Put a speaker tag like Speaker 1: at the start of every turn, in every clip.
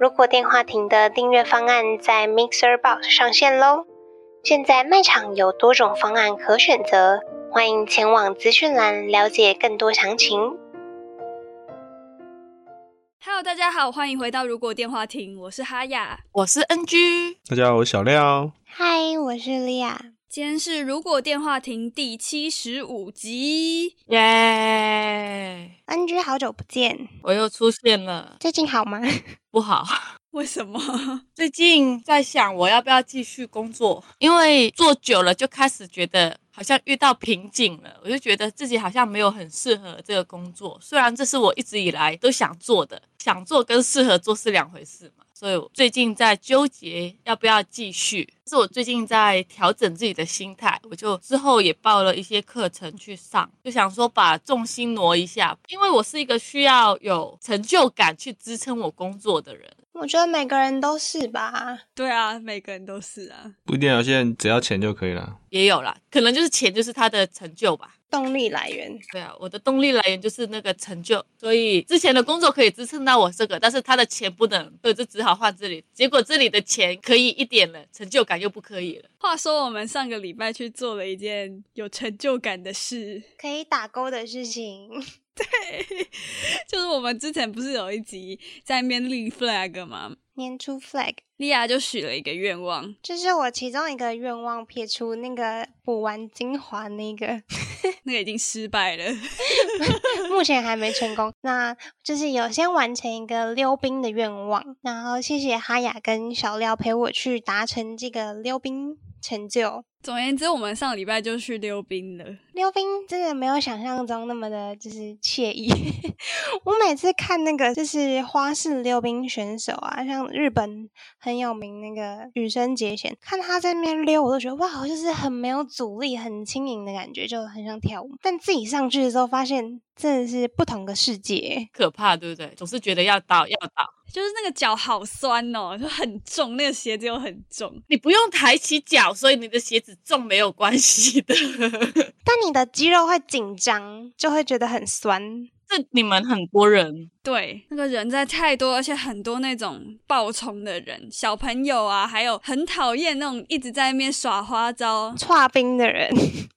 Speaker 1: 如果电话亭的订阅方案在 Mixer Box 上线喽。现在卖场有多种方案可选择，欢迎前往资讯栏了解更多详情。
Speaker 2: Hello，大家好，欢迎回到《如果电话亭》，我是哈雅。
Speaker 3: 我是 NG，
Speaker 4: 大家好，我是小廖。
Speaker 1: 嗨，我是莉亚。
Speaker 2: 今天是《如果电话亭》第七十五集，
Speaker 3: 耶、
Speaker 1: NG 好久不见，
Speaker 3: 我又出现了，
Speaker 1: 最近好 吗？
Speaker 3: 不好。
Speaker 2: 为什么？
Speaker 3: 最近在想我要不要继续工作，因为做久了就开始觉得好像遇到瓶颈了，我就觉得自己好像没有很适合这个工作。虽然这是我一直以来都想做的，想做跟适合做是两回事嘛，所以我最近在纠结要不要继续。这是我最近在调整自己的心态，我就之后也报了一些课程去上，就想说把重心挪一下，因为我是一个需要有成就感去支撑我工作的人。
Speaker 5: 我觉得每个人都是吧，
Speaker 2: 对啊，每个人都是啊。
Speaker 4: 不一定啊，有些人只要钱就可以了。
Speaker 3: 也有啦，可能就是钱就是他的成就吧。
Speaker 5: 动力来源。
Speaker 3: 对啊，我的动力来源就是那个成就，所以之前的工作可以支撑到我这个，但是他的钱不能，所以就只好换这里。结果这里的钱可以一点了，成就感又不可以了。
Speaker 2: 话说，我们上个礼拜去做了一件有成就感的事，
Speaker 5: 可以打勾的事情，
Speaker 2: 就是我们之前不是有一集在面立 flag 吗？
Speaker 5: 年初 flag，
Speaker 2: 莉亚就许了一个愿望，
Speaker 5: 这是我其中一个愿望，撇除那个补完精华那个，
Speaker 2: 那个已经失败了。
Speaker 5: 目前还没成功。那就是有先完成一个溜冰的愿望，然后谢谢哈雅跟小廖陪我去达成这个溜冰成就。
Speaker 2: 总而言之，我们上礼拜就去溜冰了。
Speaker 5: 溜冰真的没有想象中那么的，就是惬意。 我每次看那个就是花式溜冰选手啊，像日本很有名那个羽生结弦，看他在那边溜，我都觉得哇，就是很没有阻力、很轻盈的感觉，就很想跳舞。但自己上去的时候，发现真的是不同个世界。
Speaker 3: 可怕，对不对？总是觉得要倒要倒，
Speaker 2: 就是那个脚好酸哦，就很重，那个鞋子又很重。
Speaker 3: 你不用抬起脚，所以你的鞋子重没有关系的。
Speaker 5: 但你的肌肉会紧张，就会觉得很酸。，
Speaker 3: 这你们很多人
Speaker 2: 对，那个人在太多，而且很多那种暴冲的人，小朋友啊，还有很讨厌那种一直在那边耍花招
Speaker 5: 跨冰的人，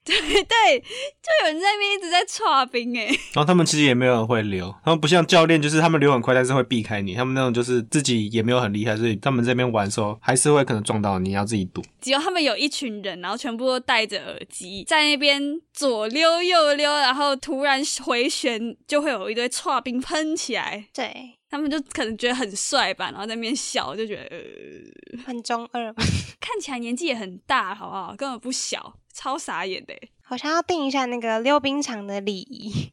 Speaker 2: 对对，就有人在那边一直在刷冰哎，
Speaker 4: 然后他们其实也没有很会溜，他们不像教练，就是他们溜很快，但是会避开你。他们那种就是自己也没有很厉害，所以他们这边玩的时候还是会可能撞到你，要自己躲。
Speaker 2: 只有他们有一群人，然后全部都戴着耳机，在那边左溜右溜，然后突然回旋就会有一堆刷冰喷起来，
Speaker 5: 对，
Speaker 2: 他们就可能觉得很帅吧，然后在那边笑，就觉得、呃、
Speaker 5: 很中二。
Speaker 2: 看起来年纪也很大，好不好？根本不小，超傻眼的欸。
Speaker 5: 好像要定一下那个溜冰场的礼仪。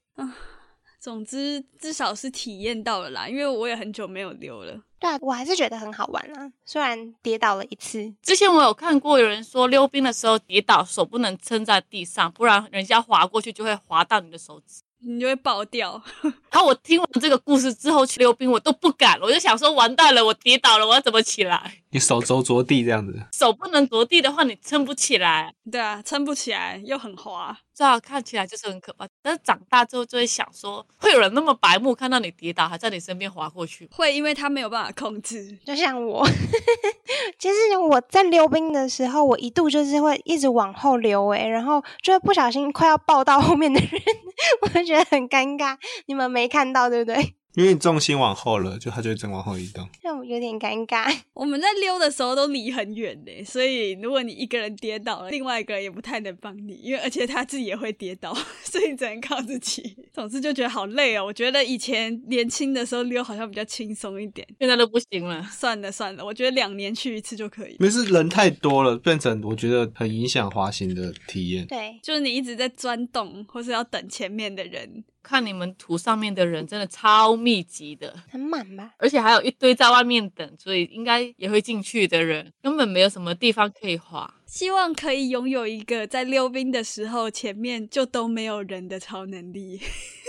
Speaker 2: 总之，至少是体验到了啦，因为我也很久没有溜了。
Speaker 5: 对啊，我还是觉得很好玩啊，虽然跌倒了一次。
Speaker 3: 之前我有看过有人说，溜冰的时候跌倒，手不能撑在地上，不然人家滑过去就会滑到你的手指。
Speaker 2: 你就会爆掉，
Speaker 3: 然后我听完这个故事之后去溜冰，我都不敢，我就想说完蛋了，我跌倒了，我要怎么起来？
Speaker 4: 你手肘着地这样子，
Speaker 3: 手不能着地的话，你撑不起来。
Speaker 2: 对啊，撑不起来又很滑，
Speaker 3: 这样看起来就是很可怕，但是长大之后就会想说，会有人那么白目看到你跌倒还在你身边滑过去吗？
Speaker 2: 会因为它没有办法控制，
Speaker 5: 就像我， 其实我在溜冰的时候，我一度就是会一直往后溜诶、然后就会不小心快要抱到后面的人， 我就觉得很尴尬。你们没看到对不对？
Speaker 4: 因为你重心往后了，就它就会整往后移动。
Speaker 5: 就有点尴尬。
Speaker 2: 我们在溜的时候都离很远呢，所以如果你一个人跌倒了，另外一个人也不太能帮你，因为而且他自己也会跌倒， 所以你只能靠自己。 总之就觉得好累哦。我觉得以前年轻的时候溜好像比较轻松一点。
Speaker 3: 现在都不行了。
Speaker 2: 算了算了，我觉得两年去一次就可以。
Speaker 4: 没事，人太多了，变成我觉得很影响滑行的体验。
Speaker 5: 对，
Speaker 2: 就是你一直在钻洞，或是要等前面的人，
Speaker 3: 看你们图上面的人真的超密集的，
Speaker 5: 很满吧？
Speaker 3: 而且还有一堆在外面等，所以应该也会进去的人，根本没有什么地方可以滑。
Speaker 2: 希望可以拥有一个在溜冰的时候前面就都没有人的超能力。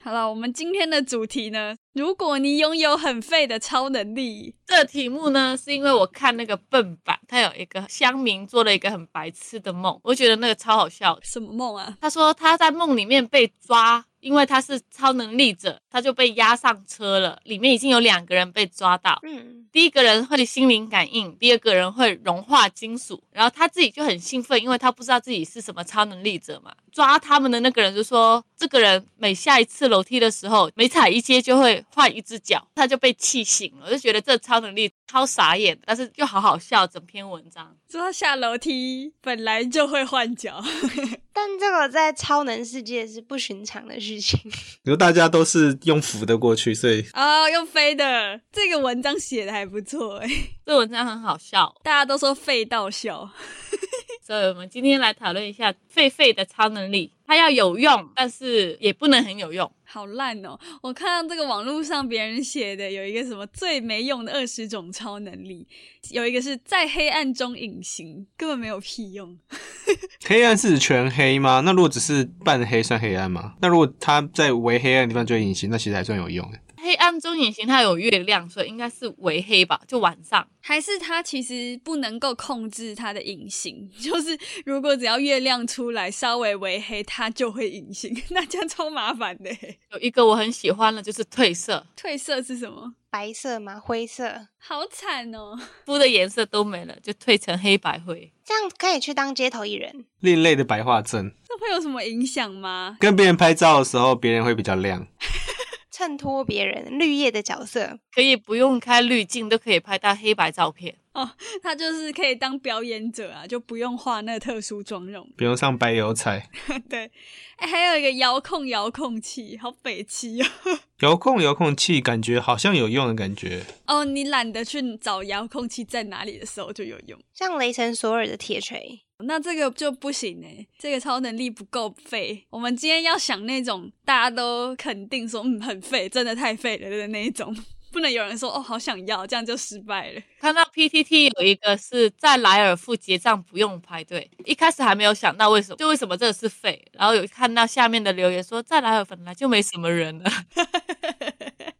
Speaker 2: 好了，我们今天的主题呢，如果你拥有很废的超能力，
Speaker 3: 这个题目呢，是因为我看那个笨版，他有一个乡民做了一个很白痴的梦，我觉得那个超好笑的。
Speaker 2: 什么梦啊？
Speaker 3: 他说他在梦里面被抓，因为他是超能力者，他就被押上车了。里面已经有两个人被抓到，
Speaker 5: 嗯，
Speaker 3: 第一个人会心灵感应，第二个人会融化金属。然后他自己就很兴奋，因为他不知道自己是什么超能力者嘛。抓他们的那个人就说，这个人每下一次楼梯的时候，每踩一阶就会换一只脚，他就被气醒了。我就觉得这超能力超傻眼，但是又好好笑，整篇文章。
Speaker 2: 说他下楼梯本来就会换脚，
Speaker 5: 但这个在超能世界是不寻常的事情。
Speaker 4: 你说大家都是用扶的过去，所以
Speaker 2: 哦，又飞的。这个文章写的还不错哎，
Speaker 3: 这文章很好笑，
Speaker 2: 大家都说废到笑。
Speaker 3: 所以我们今天来讨论一下狒狒的超能力，它要有用，但是也不能很有用。
Speaker 2: 好烂哦！我看到这个网络上别人写的有一个什么最没用的二十种超能力，有一个是在黑暗中隐形，根本没有屁用。
Speaker 4: 黑暗是全黑吗？那如果只是半黑算黑暗吗？那如果它在为黑暗的地方就隐形，那其实还算有用。
Speaker 3: 黑暗中隐形，它有月亮，所以应该是微黑吧，就晚上。
Speaker 2: 还是他其实不能够控制他的隐形， 就是如果只要月亮出来稍微微黑，他就会隐形， 那这样超麻烦的。欸
Speaker 3: 有一个我很喜欢的就是褪色，
Speaker 2: 褪色是什么？
Speaker 5: 白色嘛，灰色，
Speaker 2: 好惨哦！
Speaker 3: 肤的颜色都没了，就褪成黑白灰。
Speaker 5: 这样可以去当街头艺人。
Speaker 4: 另类的白化症，
Speaker 2: 这会有什么影响吗？
Speaker 4: 跟别人拍照的时候，别人会比较亮。
Speaker 5: 衬托别人绿叶的角色，
Speaker 3: 可以不用开滤镜都可以拍到黑白照片。
Speaker 2: 他就是可以当表演者啊，就不用画那特殊妆容。
Speaker 4: 比如上白油菜，
Speaker 2: 对，哎，还有一个遥控遥控器，好北齐哦。
Speaker 4: 遥控遥控器感觉好像有用的感觉。
Speaker 2: 哦，你懒得去找遥控器在哪里的时候就有用。
Speaker 5: 像雷神索尔的铁锤，
Speaker 2: 那这个就不行哎，这个超能力不够废。我们今天要想那种大家都肯定说嗯很废，真的太废了的那一种，不能有人说哦好想要，这样就失败了。
Speaker 3: 看到 PTT 有一个是在莱尔富结账不用排队，一开始还没有想到为什么，就为什么这个是废。然后有看到下面的留言说，在莱尔本来就没什么人了，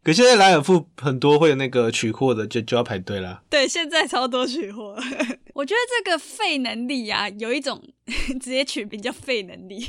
Speaker 4: 可现在莱尔富很多会有那个取货的，就就要排队啦。
Speaker 2: 对，现在超多取货。 我觉得这个废能力啊，有一种 直接取名叫废能力，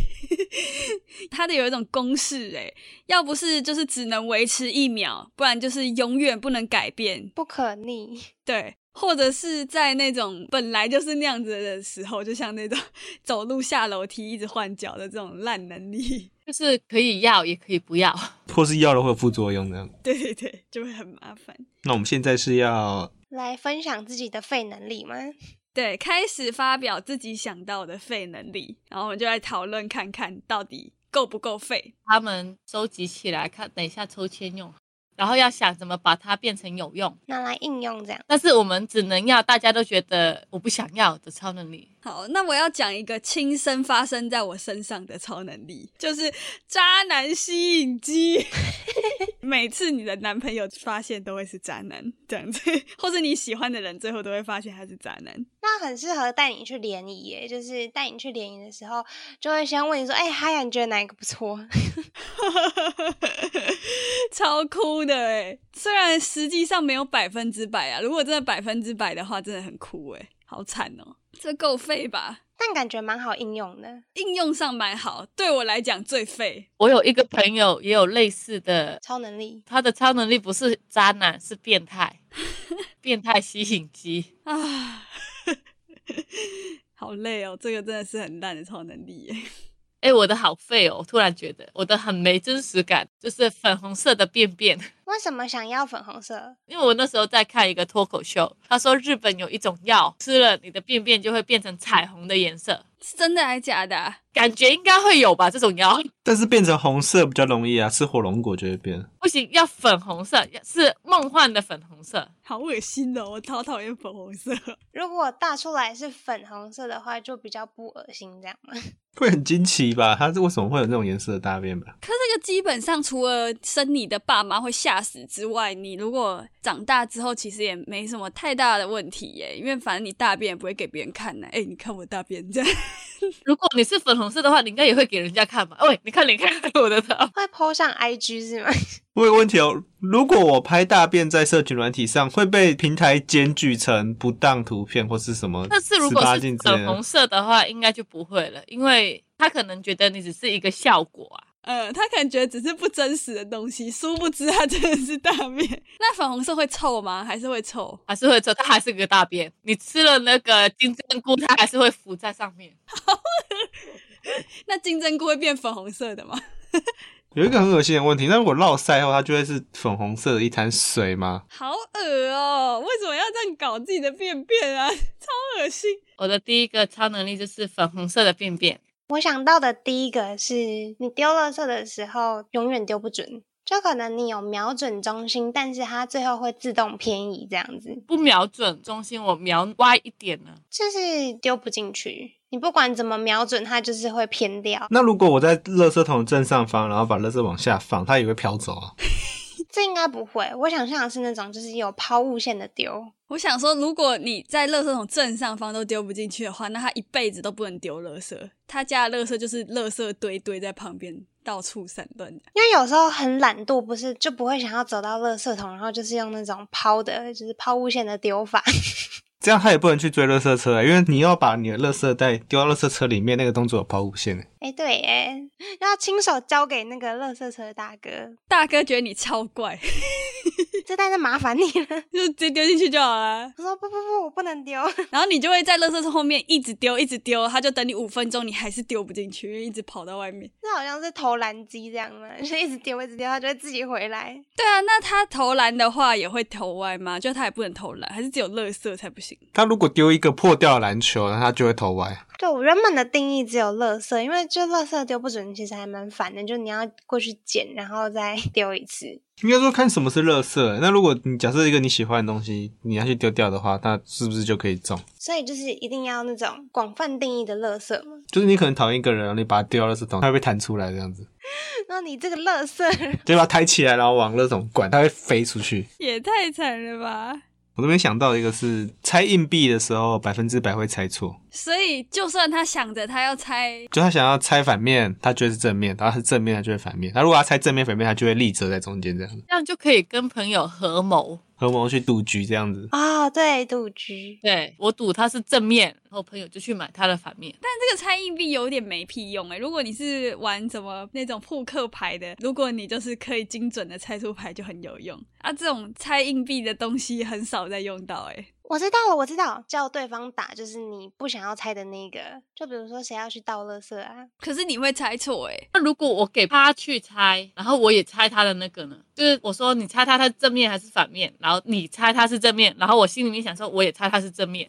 Speaker 2: 它的有一种公式诶、要不是就是只能维持一秒，不然就是永远不能改变，
Speaker 5: 不可逆。
Speaker 2: 对。或者是在那种本来就是那样子的时候，就像那种 走路下楼梯一直换脚的这种烂能力，
Speaker 3: 就是可以要也可以不要。
Speaker 4: 或是要了会有副作用的。
Speaker 2: 对对对，就会很麻烦。
Speaker 4: 那我们现在是要
Speaker 5: 来分享自己的废能力吗？
Speaker 2: 对，开始发表自己想到的废能力，然后我们就来讨论看看到底够不够废。
Speaker 3: 他们收集起来看，等一下抽签用，然后要想怎么把它变成有用。
Speaker 5: 拿来应用这样。
Speaker 3: 但是我们只能要大家都觉得我不想要的超能力。
Speaker 2: 好，那我要讲一个亲身发生在我身上的超能力，就是渣男吸引机。 每次你的男朋友发现都会是渣男这样子，或者你喜欢的人最后都会发现他是渣男。
Speaker 5: 那很适合带你去联谊耶，就是带你去联谊的时候，就会先问你说：“哎、嗨呀，你觉得哪一个不错
Speaker 2: 超酷的哎、虽然实际上没有百分之百啊，如果真的百分之百的话，真的很酷哎、好惨哦、这够废吧？？”
Speaker 5: 但感觉蛮好应用的，
Speaker 2: 应用上蛮好，对我来讲最废。
Speaker 3: 我有一个朋友也有类似的，
Speaker 5: 超能力。
Speaker 3: 他的超能力不是渣男，是变态，变态吸引机。
Speaker 2: 啊， 好累哦，这个真的是很烂的超能力耶。
Speaker 3: 哎，我的好废哦！我突然觉得我的很没真实感，就是粉红色的便便。
Speaker 5: 为什么想要粉红色？
Speaker 3: 因为我那时候在看一个脱口秀，他说日本有一种药，吃了你的便便就会变成彩虹的颜色。
Speaker 2: 是真的还假的、啊？
Speaker 3: 感觉应该会有吧，这种药
Speaker 4: 但是变成红色比较容易啊，吃火龙果就会变。
Speaker 3: 不行，要粉红色，是梦幻的粉红色。
Speaker 2: 好恶心哦！我超讨厌粉红色，
Speaker 5: 如果大出来是粉红色的话，就比较不恶心，这样吗？
Speaker 4: 会很惊奇吧？它是为什么会有那种颜色的大便吧？
Speaker 2: 可这个基本上除了生你的爸妈会吓死之外，你如果长大之后，其实也没什么太大的问题耶，因为反正你大便也不会给别人看呢、哎、你看我大便这样，
Speaker 3: 如果你是粉红色的话，你应该也会给人家看吧？喂，你看，你看 我的头，
Speaker 5: 会 PO 上 IG 是吗？
Speaker 4: 我有个问题哦，如果我拍大便在社群软体上，会被平台检举成不当图片或是什么？
Speaker 3: 但是如果
Speaker 4: 18
Speaker 3: 是
Speaker 4: 禁之类
Speaker 3: 粉红
Speaker 4: 的，
Speaker 3: 色的话，应该就不会了，因为他可能觉得你只是一个效果啊。
Speaker 2: 呃，他可能觉得只是不真实的东西，殊不知它真的是大便。 那粉红色会臭吗？还是会臭？
Speaker 3: 还是会臭，它还是个大便。你吃了那个金针菇，它还是会浮在上面。
Speaker 2: 那金针菇会变粉红色的吗？
Speaker 4: 有一个很恶心的问题，那如果落腮后，它就会是粉红色的一滩水吗？
Speaker 2: 好恶哦、为什么要这样搞自己的便便啊？ 超恶心！
Speaker 3: 我的第一个超能力就是粉红色的便便，
Speaker 5: 我想到的第一个是你丢垃圾的时候永远丢不准，就可能你有瞄准中心，但是它最后会自动偏移，这样子
Speaker 3: 不瞄准中心，我瞄歪一点呢。
Speaker 5: 就是丢不进去。你不管怎么瞄准，它就是会偏掉。
Speaker 4: 那如果我在垃圾桶的正上方，然后把垃圾往下放，它也会飘走啊？
Speaker 5: 这应该不会，我想象的是那种就是有抛物线的丢。
Speaker 2: 我想说，如果你在垃圾桶正上方都丢不进去的话，那他一辈子都不能丢垃圾。他家的垃圾就是垃圾堆堆在旁边，到处散乱。
Speaker 5: 因为有时候很懒惰，不是就不会想要走到垃圾桶，然后就是用那种抛的，就是抛物线的丢法。
Speaker 4: 这样它也不能去追垃圾车、欸，因为你要把你的垃圾袋丢到垃圾车里面，那个动作有抛物线、欸。
Speaker 5: 哎，对，哎，要亲手交给那个垃圾车大哥，
Speaker 2: 大哥觉得你超怪，
Speaker 5: 这袋子麻烦你了。
Speaker 2: 就直接丢进去就好了。
Speaker 5: 我说不不不，我不能丢。
Speaker 2: 然后你就会在垃圾车后面一直丢，一直丢，他就等你五分钟，你还是丢不进去，因为一直跑到外面。
Speaker 5: 这好像是投篮机这样嘛，就一直丢一直丢，它就会自己回来。
Speaker 2: 对啊，那他投篮的话也会投歪吗？就他也不能投篮，还是只有垃圾才不行？
Speaker 4: 它如果丢一个破掉的篮球，那它就会投歪。
Speaker 5: 对我原本的定义只有垃圾，因为就垃圾丢不准，其实还蛮烦的，就你要过去捡，然后再 丢一次。
Speaker 4: 应该说看什么是垃圾、欸那如果你假设一个你喜欢的东西，你要去丢掉的话，那是不是就可以中？
Speaker 5: 所以就是一定要那种广泛定义的垃圾嘛。
Speaker 4: 就是你可能讨厌一个人，你把他丢到垃圾桶，他会被弹出来这样子，
Speaker 5: 那你这个垃圾，
Speaker 4: 就把它抬起来，然后往垃圾桶灌，它会飞出去。
Speaker 2: 也太惨了吧！
Speaker 4: 我这边想到一个是猜硬币的时候，百分之百会猜错，
Speaker 2: 所以就算他想着他要猜，
Speaker 4: 就他想要猜反面，他觉得是正面，然后是正面，他就会反面。他如果要猜正面反面，他就会立折在中间这样子，
Speaker 3: 这样就可以跟朋友合谋。
Speaker 4: 合谋去赌局这样子。
Speaker 5: 哦，对，赌局。
Speaker 3: 对我赌它是正面，然后朋友就去买它的反面。
Speaker 2: 但这个猜硬币有点没屁用哎、如果你是玩什么那种扑克牌的，如果你就是可以精准的猜出牌就很有用啊。这种猜硬币的东西很少再用到哎、
Speaker 5: 我知道了，我知道，叫对方打就是你不想要猜的那个，就比如说谁要去倒垃圾啊，
Speaker 2: 可是你会猜错哎、
Speaker 3: 那如果我给他去猜，然后我也猜他的那个呢？就是我说你猜他他正面还是反面，然后你猜他是正面，然后我心里面想说我也猜他是正面，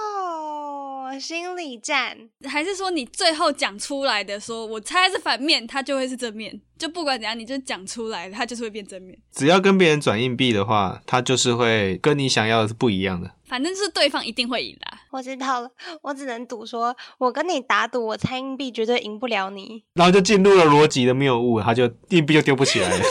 Speaker 5: 哦，心理战，
Speaker 2: 还是说你最后讲出来的说，我猜是反面，它就会是正面，就不管怎样，你就讲出来，它就是会变正面。
Speaker 4: 只要跟别人转硬币的话，他就是会跟你想要的是不一样的。
Speaker 2: 反正就是对方一定会赢啦。
Speaker 5: 我知道了，我只能赌说，我跟你打赌，我猜硬币绝对赢不了你。
Speaker 4: 然后就进入了逻辑的谬误，他就硬币就丢不起来了，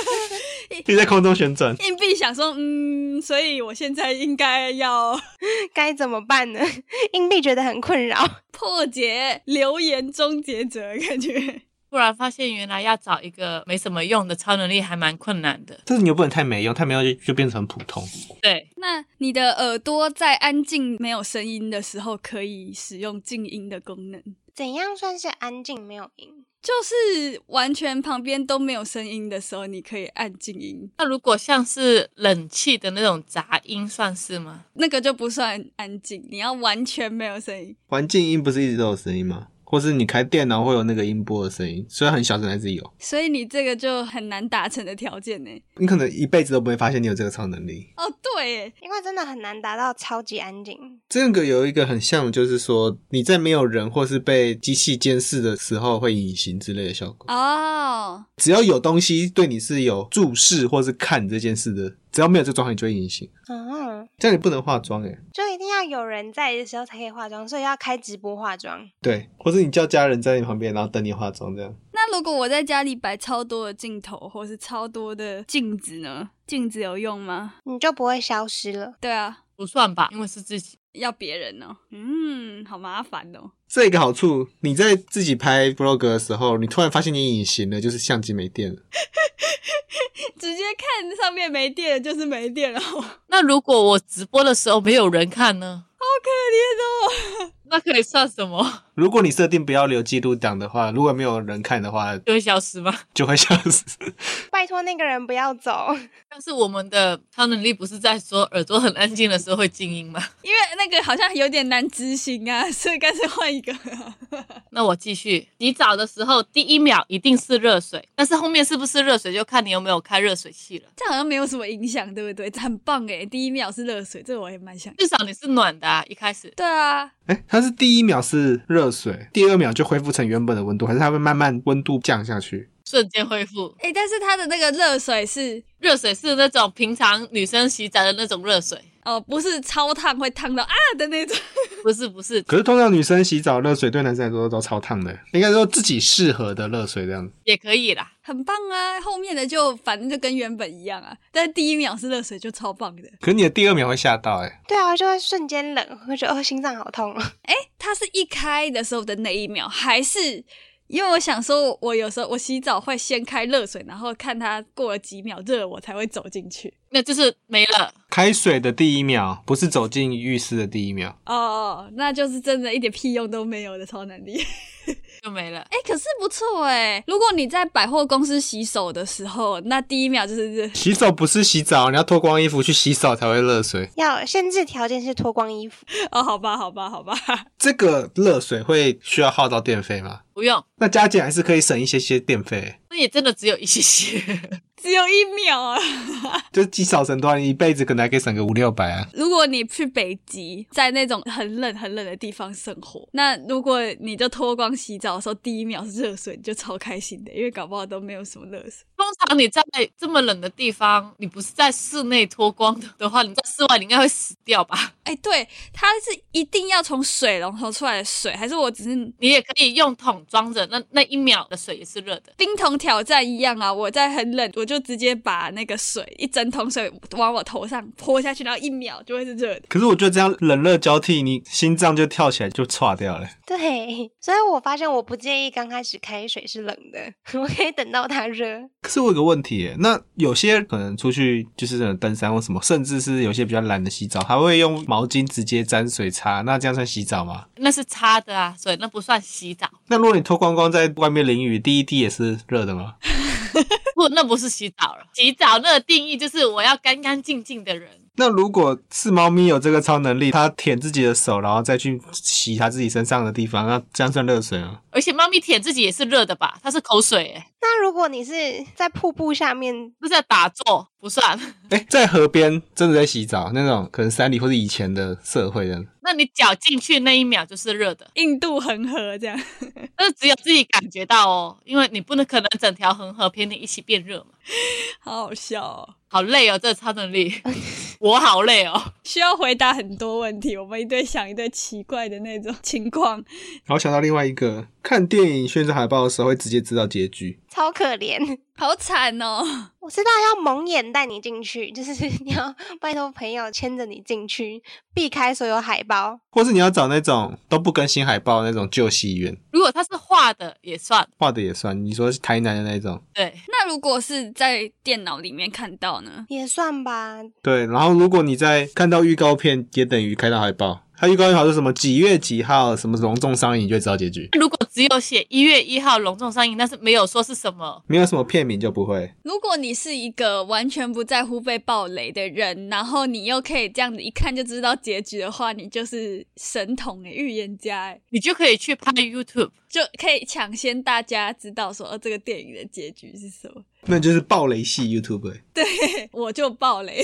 Speaker 4: 就在空中旋转。
Speaker 2: 硬币想说，嗯，所以我现在应该要
Speaker 5: 该怎么办呢？ 硬币觉得很困扰，
Speaker 2: 破解留言终结者的感觉。
Speaker 3: 不然发现原来要找一个没什么用的超能力还蛮困难的。
Speaker 4: 但是你又不能太没用，太没用就就变成普通。
Speaker 3: 对，
Speaker 2: 那你的耳朵在安静没有声音的时候，可以使用静音的功能，
Speaker 5: 怎样算是安静没有赢？
Speaker 2: 就是完全旁边都没有声音的时候，你可以按静音，
Speaker 3: 那如果像是冷气的那种杂音算是吗？
Speaker 2: 那个就不算安静，你要完全没有声音。
Speaker 4: 环境音不是一直都有声音吗？或是你开电脑会有那个音波的声音，虽然很小声，还是有。
Speaker 2: 所以你这个就很难达成的条件呢。
Speaker 4: 你可能一辈子都不会发现你有这个超能力。
Speaker 2: 哦，对耶，
Speaker 5: 因为真的很难达到超级安静。
Speaker 4: 这个有一个很像，就是说你在没有人或是被机器监视的时候会隐形之类的效果。
Speaker 2: 哦，
Speaker 4: 只要有东西对你是有注视或是看这件事的，只要没有这状况，你就会隐形。
Speaker 5: 嗯，
Speaker 4: 这样你不能化妆欸诶，
Speaker 5: 就一定要有人在的时候才可以化妆，所以要开直播化妆。
Speaker 4: 对，或是你叫家人在你旁边，然后等你化妆这样。
Speaker 2: 那如果我在家里摆超多的镜头，或是超多的镜子呢？镜子有用吗？
Speaker 5: 你就不会消失了。
Speaker 2: 对啊，
Speaker 3: 不算吧，因为是自己。
Speaker 2: 要别人哦。嗯，好麻烦哦。
Speaker 4: 这个好处，你在自己拍 vlog 的时候，你突然发现你隐形了，就是相机没电了。
Speaker 2: 直接看上面没电了就是没电了，好可
Speaker 3: 那如果我直播的时候没有人看呢？
Speaker 2: 怜哦。
Speaker 3: 那可以算什么？
Speaker 4: 如果你设定不要留记录档的话，如果没有人看的话，
Speaker 3: 就会消失吗？
Speaker 4: 就会消失。
Speaker 5: 拜托那个人不要走，
Speaker 3: 但是我们的超能力不是在说耳朵很安静的时候会静音吗？
Speaker 2: 因为那个好像有点难执行啊， 所以干脆换一个、
Speaker 3: 那我继续，洗澡的时候第一秒一定是热水，但是后面是不是热水就看你有没有开热水器了。
Speaker 2: 这好像没有什么影响，对不对？很棒哎，第一秒是热水，这我也蛮想。
Speaker 3: 至少你是暖的、啊，一开始
Speaker 2: 对啊，
Speaker 4: 哎，它是第一秒是热水，第二秒就恢复成原本的温度，还是它会慢慢温度降下去？
Speaker 3: 瞬间恢复。
Speaker 2: 哎，但是它的那个热水是
Speaker 3: 热水是那种平常女生洗澡的那种热水，
Speaker 2: 哦，不是超烫会烫到啊的那种。
Speaker 3: 不是不是，
Speaker 4: 可是通常女生洗澡热水对男生来说都超烫的，应该说自己适合的热水这样子。
Speaker 3: 也可以啦。
Speaker 2: 很棒啊，后面的就反正就跟原本一样啊，但是第一秒是热水就超棒的。
Speaker 4: 可是你的第二秒会吓到哎、
Speaker 5: 对啊，就会瞬间冷，会觉得哦 心脏好痛。
Speaker 2: 哎，它是一开的时候的那一秒，还是因为我想说，我有时候我洗澡会先开热水，然后看它过了几秒热，我才会走进去。
Speaker 3: 那就是没了。
Speaker 4: 开水的第一秒不是走进浴室的第一秒，
Speaker 2: 哦哦，那就是真的一点屁用都没有的超能力。
Speaker 3: 就没了。
Speaker 2: 哎、可是不错哎、如果你在百货公司洗手的时候，那第一秒就是热
Speaker 4: 洗手不是洗澡，你要脱光衣服去洗手才会热水。
Speaker 5: 要限制条件是脱光衣服，
Speaker 2: 哦，好吧，好吧，好 吧，
Speaker 4: 这个热水会需要耗到电费吗？
Speaker 3: 不用，
Speaker 4: 那加减还是可以省一些些电费、
Speaker 3: 那也真的只有一些些。
Speaker 2: 只有一秒啊。
Speaker 4: 就是积少成多啊，你一辈子可能还可以省个五六百啊。
Speaker 2: 如果你去北极，在那种很冷很冷的地方生活，那如果你就脱光洗澡的时候，第一秒是热水，你就超开心的，因为搞不好都没有什么热水。
Speaker 3: 通常你在这么冷的地方，你不是在室内脱光的的话，你在室外你应该会死掉吧？
Speaker 2: 哎，对，它是一定要从水龙头出来的水，还是我只是
Speaker 3: 你也可以用桶装着，那那一秒的水也是热的。
Speaker 2: 冰桶挑战一样啊？我在很冷，我就直接把那个水一整桶水往我头上泼下去，然后一秒就会是热的。
Speaker 4: 可是我觉得这样冷热交替，你心脏就跳起来就岔掉了。
Speaker 5: 对， 所以我发现我不介意刚开始开水是冷的， 我可以等到它热。
Speaker 4: 可是我有个问题耶，那有些可能出去就是可能登山或什么，甚至是有些比较懒的洗澡，还会用毛巾直接沾水擦，那这样算洗澡吗？
Speaker 3: 那是擦的啊，所以那不算洗澡，
Speaker 4: 那如果你脱光光在外面淋雨，第一滴也是热的吗？
Speaker 3: 不，那不是洗澡了。洗澡那个定义就是我要干干净净的人。
Speaker 4: 那如果是猫咪有这个超能力，它舔自己的手，然后再去洗它自己身上的地方，那这样算热水吗？
Speaker 3: 而且猫咪舔自己也是热的吧？它是口水、欸，
Speaker 5: 那如果你是在瀑布下面，
Speaker 3: 那是在打坐，不算。
Speaker 4: 哎、在河边真的在洗澡，那种可能山里或是以前的社会人，
Speaker 3: 那你脚进去那一秒就是热的，
Speaker 2: 硬度恒河这样，
Speaker 3: 但是只有自己感觉到哦，因为你不能可能整条恒河陪你一起变热嘛。
Speaker 2: 好好笑哦！
Speaker 3: 好累哦，这个超能力，我好累哦。
Speaker 2: 需要回答很多问题，我们一堆想一堆奇怪的那种情况。
Speaker 4: 然后想到另外一个，看电影宣传海报的时候会直接知道结局。
Speaker 5: 超可怜。
Speaker 2: 好惨哦！
Speaker 5: 我知道要蒙眼带你进去，就是 你要拜托朋友牵着你进去，避开所有海报。
Speaker 4: 或是你要找那种都不更新海报的那种旧戏院，
Speaker 3: 如果它是画的也算，
Speaker 4: 画的也算。你说是台南的那种，
Speaker 3: 对，
Speaker 2: 那如果是在电脑里面看到呢？
Speaker 5: 也算吧，
Speaker 4: 对。然后如果你在看到预告片，也等于看到海报。它预告片好像是什么几月几号什么隆重上映，你就会知道结局。
Speaker 3: 如果只有写一月一号隆重上映，但是没有说是什么，
Speaker 4: 没有什么片名就不会。
Speaker 2: 如果你是一个完全不在乎被暴雷的人，然后你又可以这样子一看就知道结局的话，你就是神童诶，预言家欸诶，
Speaker 3: 你就可以去拍 YouTube。
Speaker 2: 就可以抢先大家知道说，哦，这个电影的结局是什么。
Speaker 4: 那就是暴雷系 YouTube、欸。
Speaker 2: 对，我就爆雷。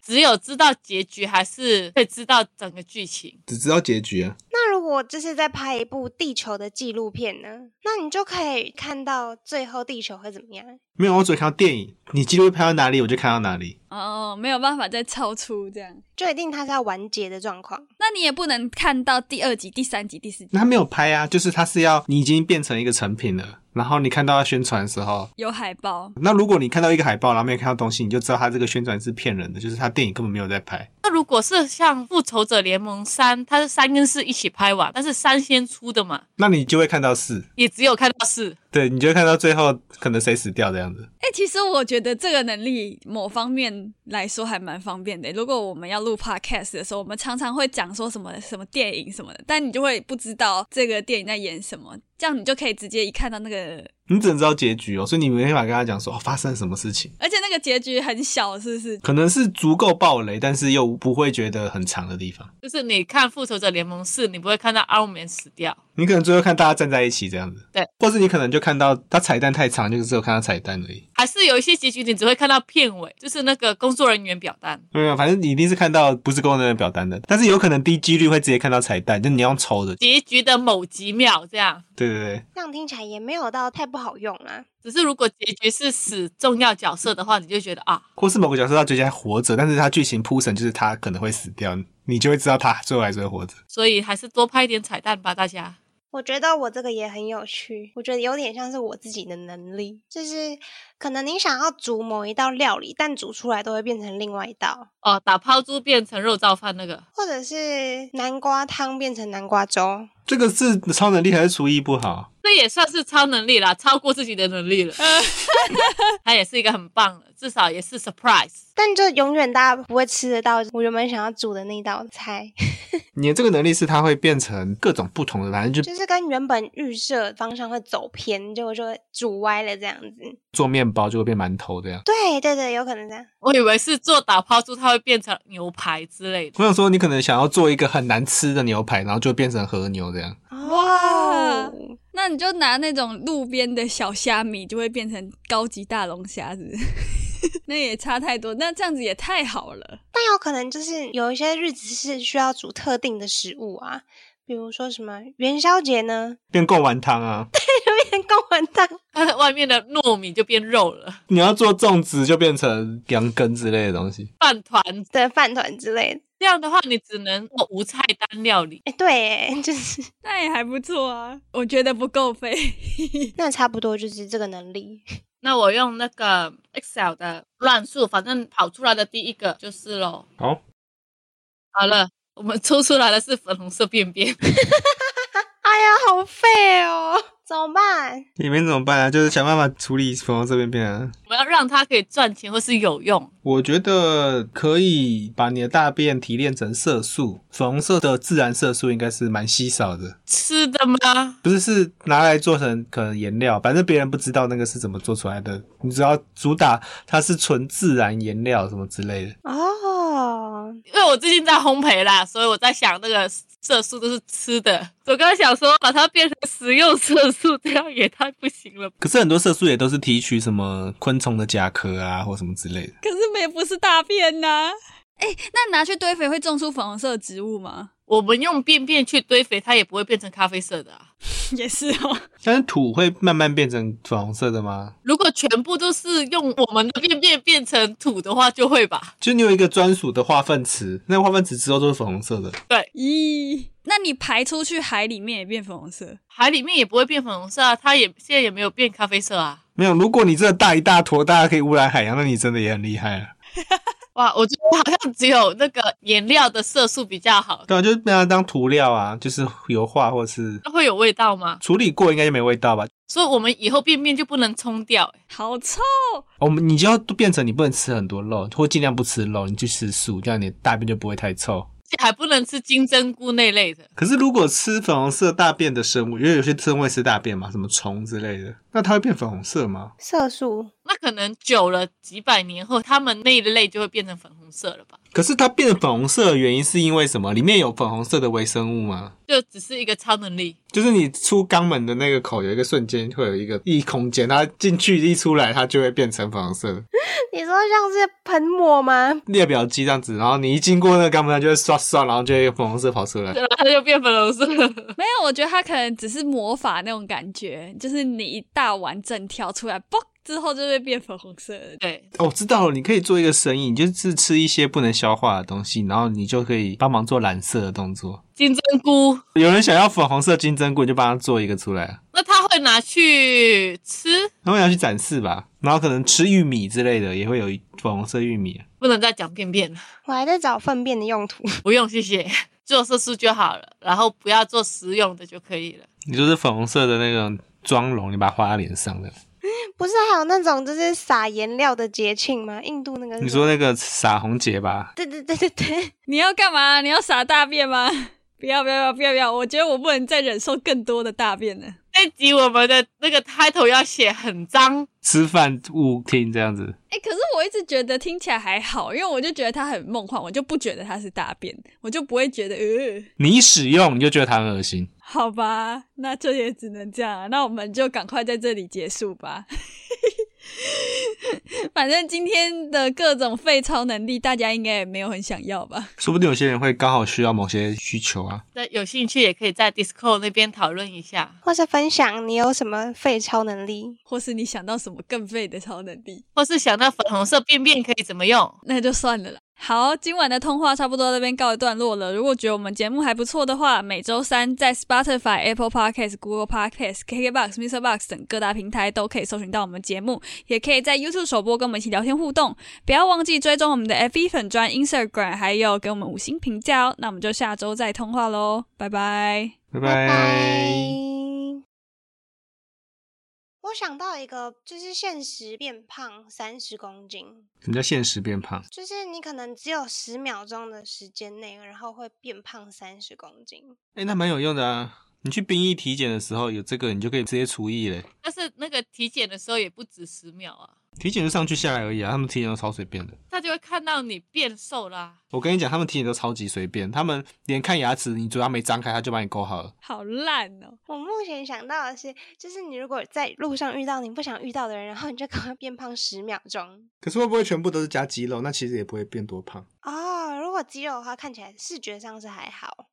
Speaker 3: 只有知道结局，还是会知道整个剧情。
Speaker 4: 只知道结局啊，
Speaker 5: 那如果就是在拍一部地球的纪录片呢，那你就可以看到最后地球会怎么样。
Speaker 4: 没有，我只看到电影，你记录拍到哪里我就看到哪里。
Speaker 2: 哦，没有办法再超出这样。
Speaker 5: 就一定它是要完结的状况。
Speaker 2: 那你也不能看到第二集、第三集、第四集
Speaker 4: 那他没有拍啊，就是他是要你已经变成一个成品了，然后你看到要宣传的时候，
Speaker 2: 有海报，
Speaker 4: 那如果你看到一个海报，然后没有看到东西，你就知道他这个宣传是骗人的，就是他电影根本没有在拍。
Speaker 3: 那如果是像《复仇者联盟三》，它是三跟四一起拍完，但是三先出的嘛，
Speaker 4: 那你就会看到四，
Speaker 3: 也只有看到四。
Speaker 4: 对，你就会看到最后可能谁死掉这样子。
Speaker 2: 哎、其实我觉得这个能力某方面来说还蛮方便的。如果我们要录 podcast 的时候，我们常常会讲说什么什么电影什么的，但你就会不知道这个电影在演什么，这样你就可以直接一看到那个，
Speaker 4: 你只能知道结局哦，所以你没办法跟他讲说、哦、发生了什么事情，
Speaker 2: 而且那个结局很小，是不是？
Speaker 4: 可能是足够暴雷，但是又不会觉得很长的地方。
Speaker 3: 就是你看《复仇者联盟四》，你不会看到奥美死掉。
Speaker 4: 你可能最后看大家站在一起这样子，
Speaker 3: 对，
Speaker 4: 或是你可能就看到他彩蛋太长，就是只有看到彩蛋而已。
Speaker 3: 还是有一些结局你只会看到片尾，就是那个工作人员表单。
Speaker 4: 没有，反正你一定是看到不是工作人员表单的，但是有可能低几率会直接看到彩蛋，就你要用抽的。
Speaker 3: 结局的某几秒这样。
Speaker 4: 对对对，
Speaker 5: 这样听起来也没有到太不好用啊啦。
Speaker 3: 只是如果结局是死重要角色的话，你就觉得啊，
Speaker 4: 或是某个角色他最近还活着，但是他剧情铺陈就是他可能会死掉，你就会知道他最后还是会活着。
Speaker 3: 所以还是多拍一点彩蛋吧，大家。
Speaker 5: 我觉得我这个也很有趣，我觉得有点像是我自己的能力，就是可能你想要煮某一道料理，但煮出来都会变成另外一道，
Speaker 3: 哦，打抛猪变成肉燥饭那个，
Speaker 5: 或者是南瓜汤变成南瓜粥。
Speaker 4: 这个是超能力还是厨艺不好？
Speaker 3: 这也算是超能力啦，超过自己的能 力了。他也是一个很棒的，至少也是 surprise。
Speaker 5: 但就永远大家不会吃得到我原本想要煮的那道菜，
Speaker 4: 你的这个能力是它会变成各种不同的，反正就
Speaker 5: 就是跟原本预设方向会走偏，结果就会煮歪了这样子。
Speaker 4: 做面包就会变馒头这样。
Speaker 5: 对对对，有可能这样。
Speaker 3: 我以为是做打抛猪，它会变成牛排之类的。
Speaker 4: 我想说，你可能想要做一个很难吃的牛排，然后就变成和牛这样。
Speaker 5: 哇哦，
Speaker 2: 那你就拿那种路边的小虾米，就会变成高级大龙虾子， 那也差太多。那这样子也太好了。
Speaker 5: 但有可能就是有一些日子是需要煮特定的食物啊，比如说什么元宵节呢，
Speaker 4: 变贡丸汤啊，
Speaker 5: 变公文汤。
Speaker 3: 外面的糯米就变肉了，
Speaker 4: 你要做粽子就变成羊羹之类的东西。
Speaker 3: 饭团
Speaker 5: 的饭团之类的。
Speaker 3: 这样的话，你只能做无菜单料理。
Speaker 5: 哎，对耶， 就是
Speaker 2: 那也还不错啊，我觉得不够费。
Speaker 5: 那差不多就是这个能力。
Speaker 3: 那我用那个 Excel 的乱数，反正跑出来的第一个就是喽。
Speaker 4: 好，
Speaker 3: 好了，我们抽出来的是粉红色便便，
Speaker 5: 哎呀，好废哦，怎么办？
Speaker 4: 你们怎么办啊？就是想办法处理粉红色便便啊。
Speaker 3: 我们要让它可以赚钱或是有用。
Speaker 4: 我觉得可以把你的大便提炼成色素，粉红色的自然色素应该是蛮稀少的，
Speaker 3: 吃的吗？
Speaker 4: 不是是拿来做成可能颜料，反正别人不知道那个是怎么做出来的，你只要主打它是纯自然颜料什么之类的。
Speaker 5: 哦，
Speaker 3: 因为我最近在烘焙啦，所以我在想那个色素都是吃的。我刚刚想说把它变成食用色素，这样也太不行了吧。
Speaker 4: 可是很多色素也都是提取什么昆虫的甲壳啊，或什么之类的。
Speaker 2: 可是没不是大便呐、哎、那拿去堆肥会种出粉红色的植物吗？
Speaker 3: 我们用便便去堆肥，它也不会变成咖啡色的、啊。
Speaker 2: 也是哦。
Speaker 4: 但是土会慢慢变成粉红色的吗？
Speaker 3: 如果全部都是用我们的便便变成土的话，就会吧？
Speaker 4: 就你有一个专属的化粪池，那个化粪池之后都是粉红色的。
Speaker 3: 对，
Speaker 2: 咦，那你排出去海里面也变粉红色？
Speaker 3: 海里面也不会变粉红色啊，它也现在也没有变咖啡色啊。
Speaker 4: 没有，如果你真的大一大坨，大家可以污染海洋，那你真的也很厉害了。啊
Speaker 3: 哇，我觉得好像只有那个颜料的色素比较好，
Speaker 4: 对啊，就是拿它当涂料啊，就是油画或是
Speaker 3: 那会有味道吗？
Speaker 4: 处理过，应该就没味道吧。
Speaker 3: 所以我们以后便便就不能冲掉、欸
Speaker 2: 好臭！
Speaker 4: 我们你就要变成你不能吃很多肉，或尽量不吃肉，你去吃素，这样你的大便就不会太臭。
Speaker 3: 还不能吃金针菇那类的。
Speaker 4: 可是如果吃粉红色大便的生物，因为有些生物会吃大便嘛，什么虫之类的，那它会变粉红色吗？
Speaker 5: 色素
Speaker 3: 那可能久了几百年后，他们那一类就会变成粉红色了吧？
Speaker 4: 可是它变得粉红色的原因是因为什么？里面有粉红色的微生物吗？
Speaker 3: 就只是一个超能力。
Speaker 4: 就是你出肛门的那个口有一个瞬间会有一个异空间，它进去一出来，它就会变成粉红色的
Speaker 5: 你说像是喷墨吗？
Speaker 4: 列表机这样子，然后你一经过那个肛门，它就会刷刷，然后就会有粉红色跑出来。
Speaker 3: 对啊吧？它就变粉红色了。
Speaker 2: 没有，我觉得他可能只是魔法那种感觉，就是你一大碗正跳出来，嘣之后就会变粉红色了。
Speaker 3: 对，
Speaker 4: 哦，我知道了，你可以做一个生意，你就是吃一些不能消化的东西，然后你就可以帮忙做染色的动作。
Speaker 3: 金针菇，
Speaker 4: 有人想要粉红色金针菇，你就帮他做一个出来，
Speaker 3: 那他会拿去吃？
Speaker 4: 然后要去展示吧。然后可能吃玉米之类的，也会有粉红色玉米。
Speaker 3: 不能再讲便便了，
Speaker 5: 我还在找粪便的用途。
Speaker 3: 不用，谢谢，做色素就好了，然后不要做食用的就可以了。
Speaker 4: 你就是粉红色的那种妆容，你把它画在脸上的。
Speaker 5: 不是还有那种就是撒颜料的节庆吗？印度那个是
Speaker 4: 你
Speaker 5: 什么
Speaker 4: 说那个撒红节吧，
Speaker 5: 对对对对对，
Speaker 2: 你要干嘛？你要撒大便吗？ 不要不要不要不要！我觉得我不能再忍受更多的大便了。
Speaker 3: 那集我们的那个 title 要写很脏，
Speaker 4: 吃饭勿听这样子。
Speaker 2: 哎、可是我一直觉得听起来还好，因为我就觉得它很梦幻，我就不觉得它是大便，我就不会觉得呃，
Speaker 4: 你一使用你就觉得它很恶心。
Speaker 2: 好吧，那这也只能这样啊、那我们就赶快在这里结束吧。 反正今天的各种废超能力，大家应该也没有很想要吧？
Speaker 4: 说不定有些人会刚好需要某些需求啊。
Speaker 3: 那有兴趣也可以在 Discord 那边讨论一下，
Speaker 5: 或是分享你有什么废超能力？
Speaker 2: 或是你想到什么更废的超能力？
Speaker 3: 或是想到粉红色便便可以怎么用。
Speaker 2: 那就算了啦。好，今晚的通话差不多到这边告一段落了。如果觉得我们节目还不错的话，每周三在 Spotify、Apple Podcast、Google Podcast、KKBox、Mr. Box 等各大平台都可以搜寻到我们节目，也可以在 YouTube 首播跟我们一起聊天互动。不要忘记追踪我们的 FB 粉专、Instagram，还有给我们五星评价哦。那我们就下周再通话喽，拜拜。
Speaker 4: 拜
Speaker 5: 拜
Speaker 4: 拜。
Speaker 5: 我想到一个，就是限时变胖三十公斤，
Speaker 4: 什么叫现实变胖？
Speaker 5: 就是你可能只有十秒钟的时间内，然后会变胖三十公斤。
Speaker 4: 哎、那蛮有用的啊。你去兵役体检的时候有这个，你就可以直接除役嘞。
Speaker 3: 但是那个体检的时候也不止十秒啊，
Speaker 4: 体检就上去下来而已啊，他们体检都超随便的。
Speaker 3: 他就会看到你变瘦啊啦、
Speaker 4: 我跟你讲，他们体检都超级随便，他们连看牙齿，你嘴巴没张开，他就把你勾好了。
Speaker 2: 好烂哦！
Speaker 5: 我目前想到的是，就是你如果在路上遇到你不想遇到的人，然后你就赶快变胖十秒钟。
Speaker 4: 可是会不会全部都是加肌肉？那其实也不会变多胖。
Speaker 5: 哦，如果肌肉的话，看起来视觉上是还好。